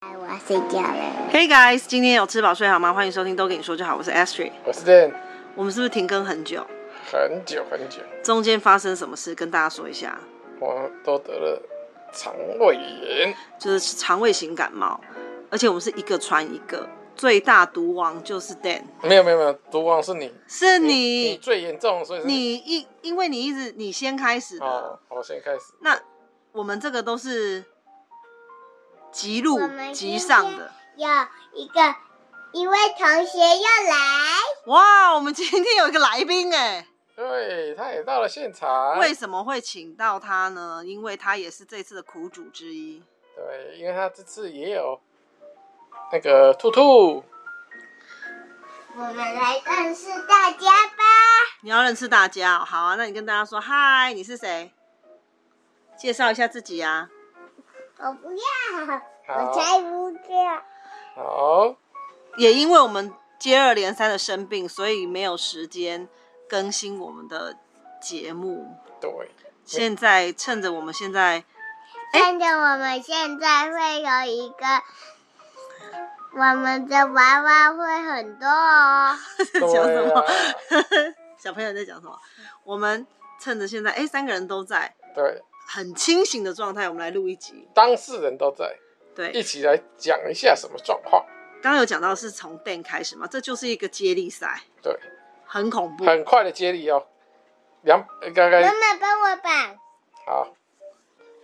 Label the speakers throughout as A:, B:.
A: 哎要睡觉了。
B: Hey guys，今天有吃饱睡好吗？欢迎收听《都跟你说就好》，我是 Astrid。
C: 我是 Dan，
B: 我们是不是停更很久？
C: 很久很久，
B: 中间发生什么事？跟大家说一下，
C: 我都得了肠胃炎，
B: 就是肠胃型感冒，而且我们是一个传一个，最大毒王就是 Dan，
C: 没有没有没有，毒王是你，
B: 是
C: 你
B: 你，
C: 最严重，所以是
B: 你一因为你一直你先开始的，
C: 哦，我先开始，
B: 那我们这个都是急
A: 我
B: 录
A: 们今
B: 急
A: 天
B: 上的。
A: 有一个一位同学要来，
B: 哇，我们今天有一个来宾哎，
C: 对，他也到了现场，
B: 为什么会请到他呢？因为他也是这次的苦主之一。
C: 对，因为他这次也有那个兔兔，
A: 我们来认识大家吧。
B: 你要认识大家哦、好啊，那你跟大家说嗨，你是谁？介绍一下自己啊。
A: 我不要，
C: 好
A: 我才不要。
C: 好，
B: 也因为我们接二连三的生病，所以没有时间更新我们的节目。
C: 对，
B: 现在趁着我们现在
A: 看着我们现在会有一个，我们的娃娃会很多哦。
B: 讲什
C: 对
B: 么
C: 啊，
B: 小朋友在讲什么，我们趁着现在哎三个人都在
C: 对，
B: 很清醒的状态，我们来录一集。
C: 当事人都在，一
B: 对，
C: 起来讲一下什么状况，
B: 刚刚有讲到是从 Dan 开始嘛，这就是一个接力赛，
C: 对，
B: 很恐怖。
C: 很快的接力哦，两，呃大
A: 妈
C: 概
A: 妈帮我绑，
C: 好，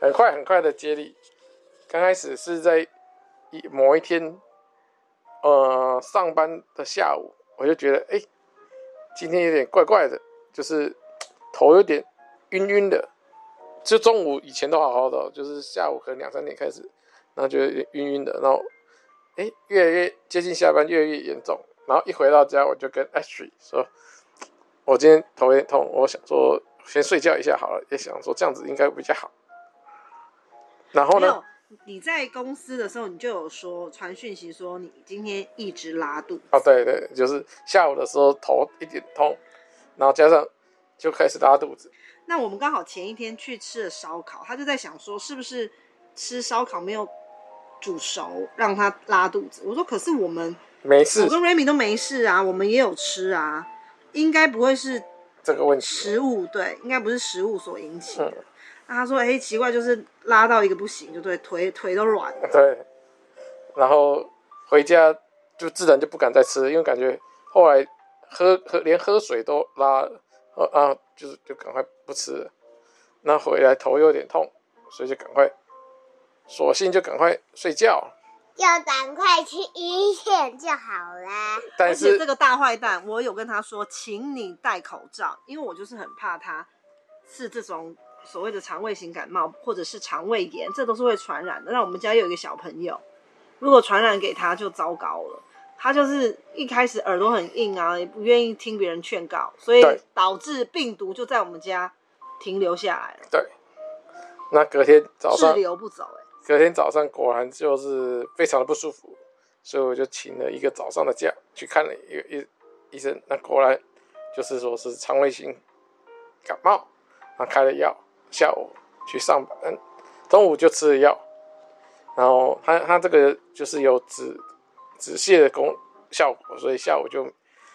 C: 很快很快的接力。刚开始是在一某一天，呃，上班的下午，我就觉得，哎、今天有点怪怪的，就是嘖头有点晕晕的。就中午以前都好好的哦，就是下午可能两三点开始，然后就有点晕晕的，然后，哎、越来越接近下班，越来越严重。然后一回到家，我就跟 Ashley 说，我今天头有点痛，我想说先睡觉一下好了，也想说这样子应该比较好。然后
B: 没
C: 呢
B: 有？，你在公司的时候，你就有说传讯息说你今天一直拉肚子，
C: 啊，对对，就是下午的时候头一点痛，然后加上就开始拉肚子。
B: 那我们刚好前一天去吃了烧烤，他就在想说是不是吃烧烤没有煮熟让他拉肚子。我说可是我们
C: 没事
B: 我，跟 Remy 都没事啊，我们也有吃啊，应该不会是
C: 这个问题
B: 食物对，应该不是食物所引起的。
C: 嗯
B: 那他说哎、奇怪，就是拉到一个不行，就对，腿腿都软了。
C: 对。然后回家就自然就不敢再吃，因为感觉后来喝喝连喝水都拉了，呃啊，就是就赶快不吃了。那回来头又有点痛，所以就赶快，索性就赶快睡觉。
A: 要赶快去医院就好啦。
C: 但
B: 而且
C: 是
B: 这个大坏蛋，我有跟他说，请你戴口罩，因为我就是很怕他是这种所谓的肠胃型感冒或者是肠胃炎，这都是会传染的。那我们家又有一个小朋友，如果传染给他就糟糕了。他就是一开始耳朵很硬啊，也不愿意听别人劝告，所以
C: 对
B: 导致病毒就在我们家停留下来了，
C: 那隔天早
B: 滞
C: 上
B: 留不走、欸。
C: 隔天早上果然就是非常的不舒服，所以我就请了一个早上的假去看了一个医医生，那果然就是说是肠胃型感冒，然后开了药，下午去上班，中午就吃了药，然后他他这个就是有止止泻的功效果，所以下午就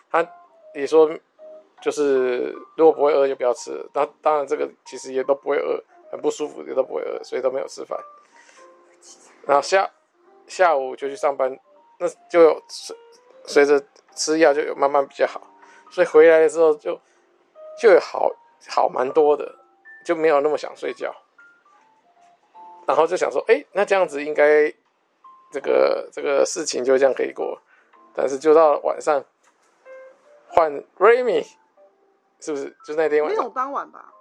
C: 他也说就是如果不会饿就不要吃，那当然这个其实也都不会饿，很不舒服也都不会饿，所以都没有吃饭。然后下下午就去上班，那就有随随着吃药就有慢慢比较好，所以回来的时候就就有好好蛮多的，就没有那么想睡觉。然后就想说，哎，那这样子应该这个这个事情就这样可以过，但是就到晚上换 Remy，是不是？就那天晚
B: 没有
C: 上
B: 当晚吧？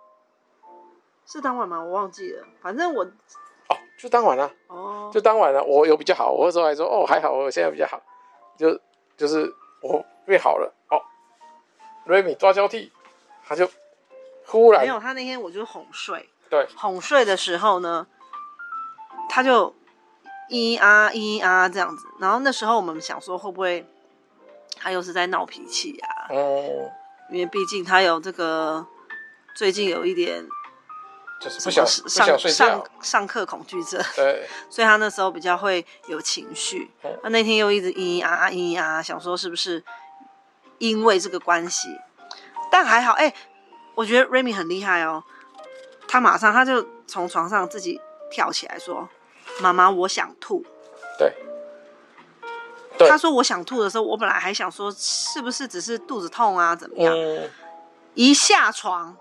B: 是当晚吗？我忘记了，反正我
C: 哦，就当晚了、
B: 哦，
C: 就当晚了，我有比较好，我那时候还说哦还好，我现在比较好，就就是我变好了哦。瑞米抓交替，他就忽然
B: 没有，他那天我就哄睡，
C: 对
B: 哄睡的时候呢，他就咿啊咿啊这样子，然后那时候我们想说会不会他又是在闹脾气啊呀、
C: 嗯
B: 因为毕竟他有这个最近有一点
C: 就是不想
B: 什么
C: 不想
B: 上
C: 睡觉
B: 上，上课恐惧症，
C: 对，
B: 所以他那时候比较会有情绪
C: 嗯。
B: 他那天又一直嘤嘤啊啊嘤嘤啊啊，想说是不是因为这个关系？但还好，哎、我觉得 Remy 很厉害哦，他马上他就从床上自己跳起来说：“妈妈，我想吐。”
C: 对对
B: 他说我想吐的时候，我本来还想说是不是只是肚子痛啊，怎么样？
C: 嗯，
B: 一下床，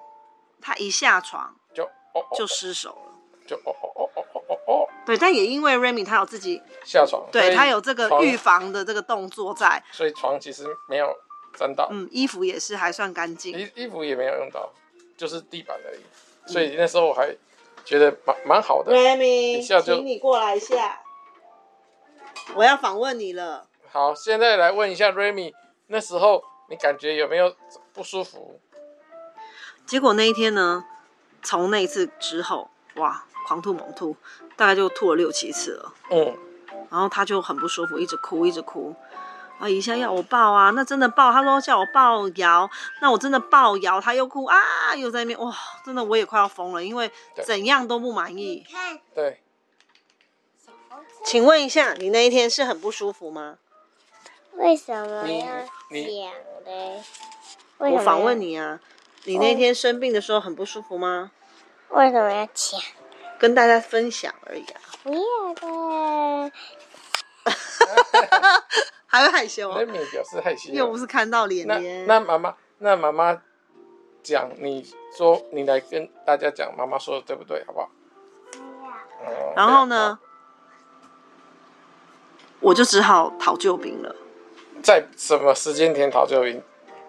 B: 他一下床
C: 就哦哦
B: 就失手了。
C: 就哦哦哦哦哦哦哦，
B: 对，但也因为 Remy 他有自己，
C: 下床，所
B: 对
C: 以
B: 他有这个
C: 床
B: 预，防的这个动作在，
C: 所以床其实没有沾到，
B: 嗯，衣服也是还算干净，
C: 衣衣服也没有用到，就是地板而已，所以那时候我还觉得蛮蛮好
B: 嗯
C: 的。
B: Remy，
C: 一下就
B: 请你过来一下，我要访问你了。
C: 好，现在来问一下 Remy，那时候你感觉有没有不舒服？
B: 结果那一天呢，从那一次之后，哇，狂吐猛吐，大概就吐了六七次了。
C: 嗯，
B: 然后他就很不舒服，一直哭，一直哭。啊，一下要我抱啊，那真的抱，他说叫我抱摇，那我真的抱摇，他又哭啊，又在那边，哇，真的我也快要疯了，因为
C: 对
B: 怎样都不满意。
A: 看，
C: 对，
B: 请问一下，你那一天是很不舒服吗？
A: 为什么
C: 你
A: 要
C: 你
A: 讲嘞？为什
B: 我
A: 么
B: 访
A: 要
B: 问，你啊，你那天生病的时候很不舒服吗？
A: 为什么要讲？
B: 跟大家分享而 已啊，
A: 不要的，
B: 还会害羞、哦，
C: Remy 表示害羞。
B: 又不是看到脸
C: 那
B: 脸。
C: 那妈妈，那妈妈讲，你说你来跟大家讲妈妈说的对不对，好不好？哦
B: 然后呢，，我就只好讨救兵了。
C: 在什么时间点讨救营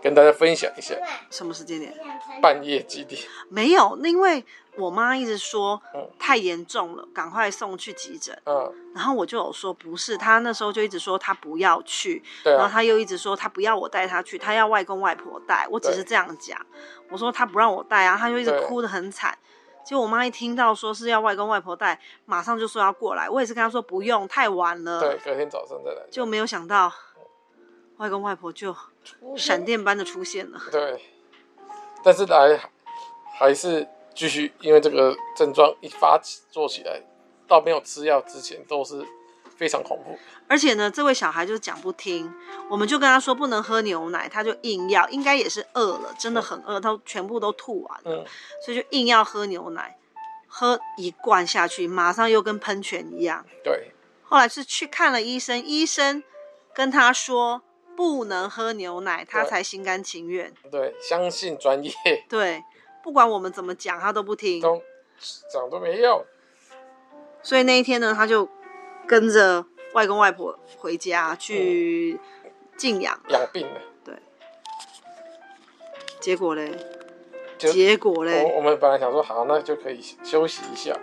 C: 跟大家分享一下
B: 什么时间点？
C: 半夜几点？
B: 没有，那因为我妈一直说
C: 嗯
B: 太严重了，赶快送去急诊。
C: 嗯，
B: 然后我就有说不是，她那时候就一直说她不要去，
C: 对
B: 然后
C: 啊，
B: 她又一直说她不要我带她去，她要外公外婆带。我只是
C: 对
B: 这样讲，我说她不让我带啊，她就一直
C: 对
B: 哭得很惨。结果我妈一听到说是要外公外婆带，马上就说要过来。我也是跟她说不用，太晚
C: 对，
B: 了。
C: 隔天早上再来。
B: 就没有想到外公外婆就闪电般的出现了。
C: 对，但是来还是继续，因为这个症状一发起做起来，到没有吃药之前都是非常恐怖。
B: 而且呢，这位小孩就是讲不听，我们就跟他说不能喝牛奶，他就硬要，应该也是饿了，真的很饿，他全部都吐完了，
C: 嗯，
B: 所以就硬要喝牛奶，喝一罐下去，马上又跟喷泉一样。
C: 对，
B: 后来是去看了医生，医生跟他说不能喝牛奶，他
C: 对
B: 才心甘情愿。
C: 对，相信专业
B: 对，不管我们怎么讲，他都不听。
C: 都讲都没用。
B: 所以那一天呢，他就跟着外公外婆回家去静养。
C: 养病了。
B: 结果嘞，
C: 就
B: 结果嘞，
C: 我我们本来想说，好，那就可以休息一下。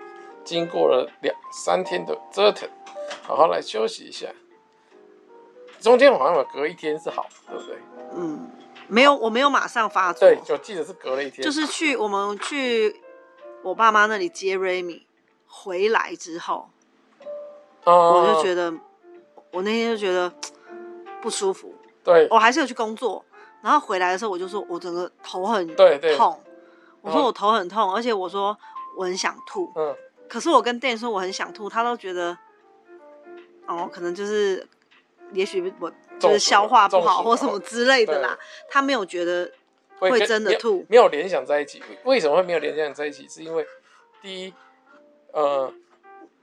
C: 经过了两三天的折腾，好好来休息一下。中间好像有隔一天是好，对不对？
B: 嗯，没有，我没有马上发作
C: 对，，我记得是隔了一天。
B: 就是去我们去我爸妈那里接 Remy 回来之后，我
C: 我
B: 就觉
C: 得
B: 得我那天就觉得不舒服，
C: 对
B: 我还是有去工作。然后回来的时候，我就说我整个头很
C: 对对，
B: 痛，我
C: 然
B: 说
C: 后
B: 我头很痛，而且我说我很想吐。
C: 嗯，
B: 可是我跟店说我很想吐，他都觉得，哦，可能就是，也许我就
C: 中暑
B: 是
C: 了
B: 消化不
C: 中暑
B: 好
C: 了
B: 或什么之类的
C: 对
B: 啦。他没有觉得
C: 会
B: 会
C: 跟
B: 真的
C: 没有
B: 吐
C: 没有联想在一起。为什么会没有联想在一起？是因为第一，呃，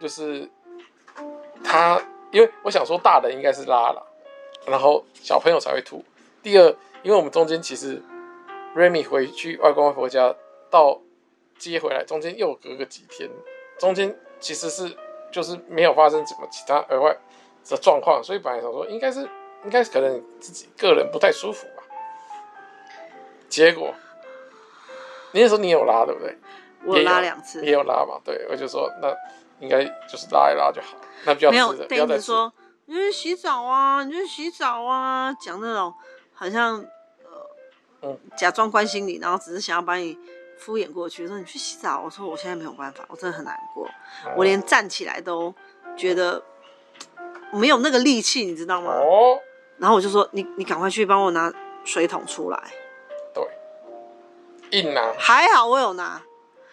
C: 就是他，因为我想说大人应该是拉了，然后小朋友才会吐。第二，因为我们中间其实 Remy 回去外公外婆家到接回来，中间又隔个几天，中间其实是就是没有发生什么其他额外的状况，所以本来想说应该是应该是可能自己个人不太舒服吧。结果你那时候你有拉对不对？
B: 我
C: 也
B: 拉
C: 有
B: 两次
C: 也，有拉嘛，对，我就说那应该就是拉一拉就好，那不要
B: 没有
C: 吃的，不要
B: 店
C: 再
B: 子
C: 吃。
B: 说你去洗澡啊，你去洗澡啊，讲那种好像呃、
C: 嗯
B: 假装关心你，然后只是想要把你敷衍过去，说你去洗澡。我说我现在没有办法，我真的很难
C: 哦
B: 过，我连站起来都觉得没有那个力气，你知道吗？
C: 哦，
B: 然后我就说你你赶快去帮我拿水桶出来，
C: 对，硬拿，啊
B: 还好我有拿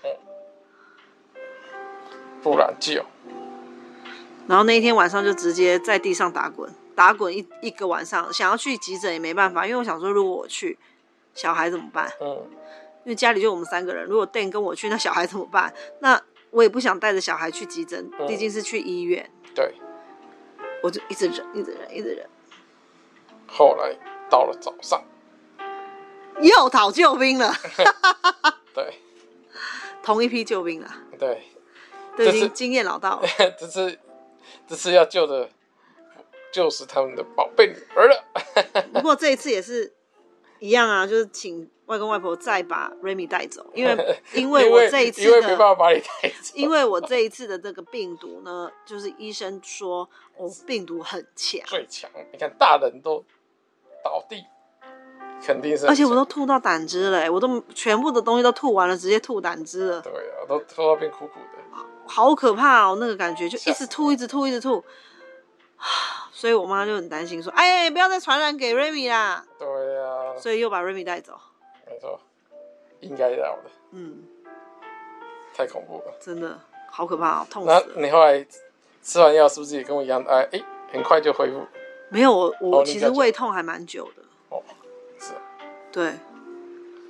C: 嗯。不然就
B: 然后那一天晚上就直接在地上打滚，打滚一一个晚上，想要去急诊也没办法，因为我想说，如果我去，小孩怎么办？
C: 嗯，
B: 因为家里就我们三个人，如果 Dan 跟我去，那小孩怎么办？那我也不想带着小孩去急诊，
C: 嗯
B: 毕竟是去医院，
C: 对。
B: 我就一直忍，一直忍，一直忍，
C: 后来到了早上，
B: 又讨救兵了，
C: 对
B: 同一批救兵了，
C: 对，
B: 都已
C: 这是
B: 经经验老道了。
C: 这次这次要救的就是他们的宝贝女儿了。
B: 不过这一次也是一样啊，就是请外公外婆再把 Remy 带走，因 为因为我这一次
C: 因为没办
B: 的。
C: 法把你带走，
B: 因为我这一次的这个病毒呢，就是医生说我、哦、病毒很强，
C: 最强，你看大人都倒地，肯定是很强，
B: 而且我都吐到胆汁了、欸我都全部的东西都吐完了，直接吐胆汁了，
C: 对啊，都喝到变苦苦的，
B: 好可怕哦，那个感觉就
C: 吓
B: 一直吐，一直吐，一直吐， 啊所以我妈就很担心说，哎，不要再传染给 Remy 啦，
C: 对啊，
B: 所以又把 Remy 带走，
C: 没错，应该要的，
B: 嗯，
C: 太恐怖了。
B: 真的好可怕哦，痛死
C: 那
B: 了。
C: 你后来吃完药是不是也跟我一样？哎哎，很快就恢复？
B: 没有，我
C: 哦
B: 我
C: 你
B: 其
C: 了
B: 实
C: 解
B: 胃痛还蛮久的，
C: 哦，是，
B: 对。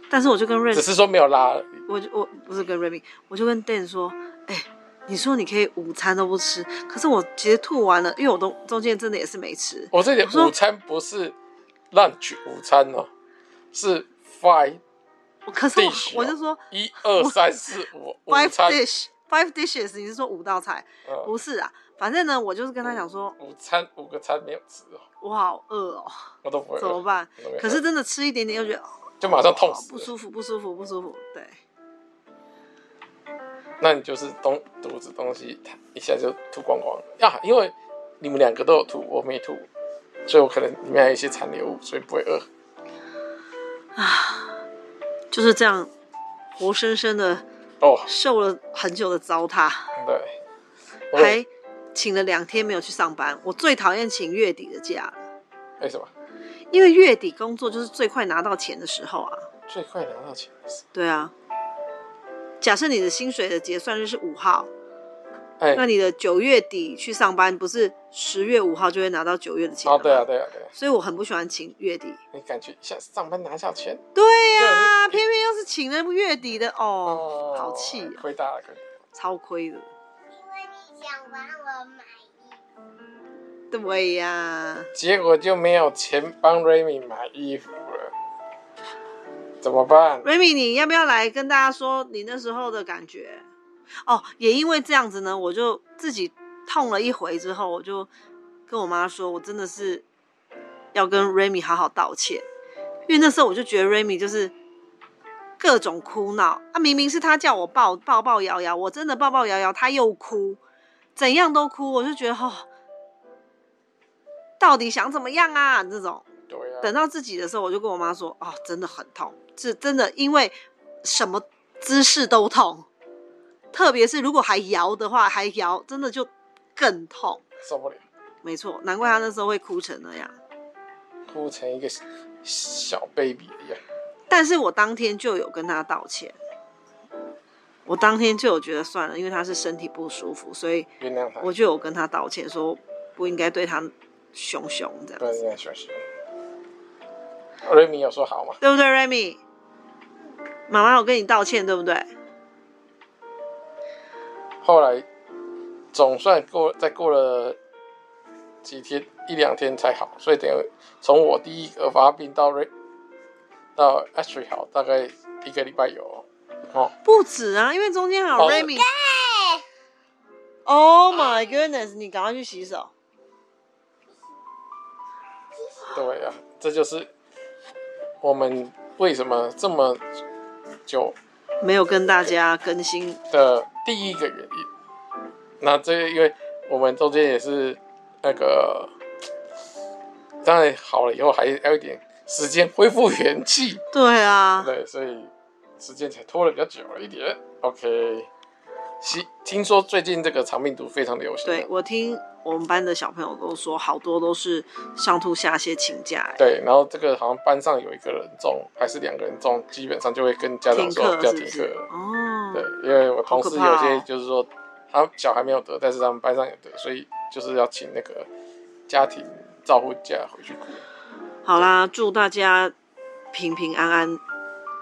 B: 但是我就跟瑞
C: 只，是说没有拉而已，
B: 我就我不是跟瑞米，我就跟 Dan 说，哎、你说你可以午餐都不吃，可是我其实吐完了，因为我都中间真的也是没吃，
C: 我这里
B: 说
C: 午餐不是 lunch 午餐哦，是 five
B: 我可是我
C: dish，哦
B: 我就说
C: 一二三四五午
B: five
C: 餐，
B: dish five dishes，你是说五道菜？
C: 嗯
B: 不是啊，反正呢，我就是跟他讲说，
C: 午餐五个餐没有吃哦，
B: 我好饿哦，
C: 我都不会饿，
B: 怎么办
C: 我都没？有
B: 可是真的吃一点点又觉得
C: 就马上痛
B: 哦
C: 嗯死
B: 不
C: 了。
B: 舒服，不舒服，不舒服，对。
C: 那你就是东肚子东西一下就吐光光了啊！因为你们两个都有吐，我没吐，所以我可能里面还有一些残留物，所以不会饿。
B: 就是这样，活生生的
C: 哦，
B: 受了很久的糟蹋，
C: 对，我也
B: 还请了两天没有去上班。我最讨厌请月底的假了，
C: 为哎什么
B: 因为月底工作就是最快拿到钱的时候啊。
C: 最快拿到钱的是？
B: 对啊，假设你的薪水的结算日是五号，
C: 哎，
B: 那你的九月底去上班，不是十月五号就会拿到九月的钱了
C: 哦，
B: 吗
C: 对啊，。对啊，对啊，
B: 所以我很不喜欢请月底。
C: 你感觉一下上班拿下钱
B: 对呀、
C: 对啊
B: 偏偏又是请了月底的哦，好气、啊，
C: 亏大了，亏
B: 超亏的。
A: 因为你想帮我买衣服。
B: 对呀、
C: 结果就没有钱帮 Remy 买衣服了，怎么办？
B: Remy，你要不要来跟大家说你那时候的感觉？哦，也因为这样子呢，我就自己痛了一回之后，我就跟我妈说，我真的是要跟 Remy 好好道歉，因为那时候我就觉得 Remy 就是各种哭闹，啊，明明是他叫我抱抱抱摇摇，我真的抱抱摇摇，他又哭，怎样都哭，我就觉得哦，到底想怎么样啊？这种。
C: 对啊，
B: 等到自己的时候，我就跟我妈说：“哦，真的很痛，是真的，因为什么姿势都痛，特别是如果还摇的话，还摇真的就更痛。
C: 受不了，
B: 没错，难怪她那时候会哭成那样。
C: 哭成一个小 baby 一样。
B: 但是我当天就有跟她道歉，我当天就有觉得算了，因为她是身体不舒服，所以
C: 原谅他，
B: 我就有跟她道歉，说不应该对她凶凶这
C: 不
B: 样
C: 然
B: 子，
C: 你很小心。瑞米有说好吗？
B: 对不对，Remy？妈妈，我跟你道歉，对不对？
C: 后来总算过，再过了几天一两天才好，所以等于从我第一个发病到瑞到 Ashley 好，大概一个礼拜有哦哦。
B: 不止啊，因为中间还有
C: 哦
B: Remy。Oh my goodness！你赶快去洗手。
C: 对呀、这就是我们为什么这么久
B: 没有跟大家更新，
C: 的第一个原因。那这个因为我们中间也是那个，当然好了以后还要一点时间恢复元气，
B: 对啊，
C: 对，所以时间才拖了比较久一点。OK，西听说最近这个肠病毒非常流行，啊
B: 对我听我们班的小朋友都说，好多都是上吐下泻请假、欸，
C: 对，然后这个好像班上有一个人中还是两个人中，基本上就会跟家长
B: 停
C: 说
B: 课是
C: 要
B: 不
C: 停课
B: 是
C: 了。？
B: 哦，
C: 对，因为我同事有
B: 好可怕
C: 些
B: 哦
C: 就是说他小孩没有得，但是他们班上有得，所以就是要请那个家庭照护假回去顾。
B: 好啦，祝大家平平安安，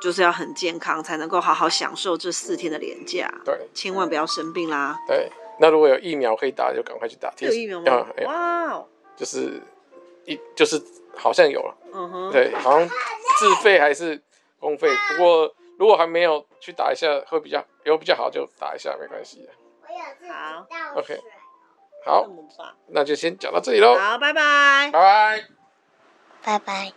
B: 就是要很健康，才能够好好享受这四天的连假。
C: 对
B: 千万不要生病啦！
C: 对，那如果有疫苗可以打，就赶快去打。
B: 有疫苗吗
C: 啊？哎呀
B: 哇哦，
C: 就是一就是好像有了，
B: 嗯哼，
C: 对，好像自费还是公费，不过如果还没有去打一下，会比较有比较好就打一下，没关系的。
A: 我有自己
B: 好
A: 倒
C: OK
A: 水。
B: 那
C: 好，
B: 么棒，
C: 那就先讲到这里喽，
B: 好，拜拜
C: 拜。拜。
A: 拜拜。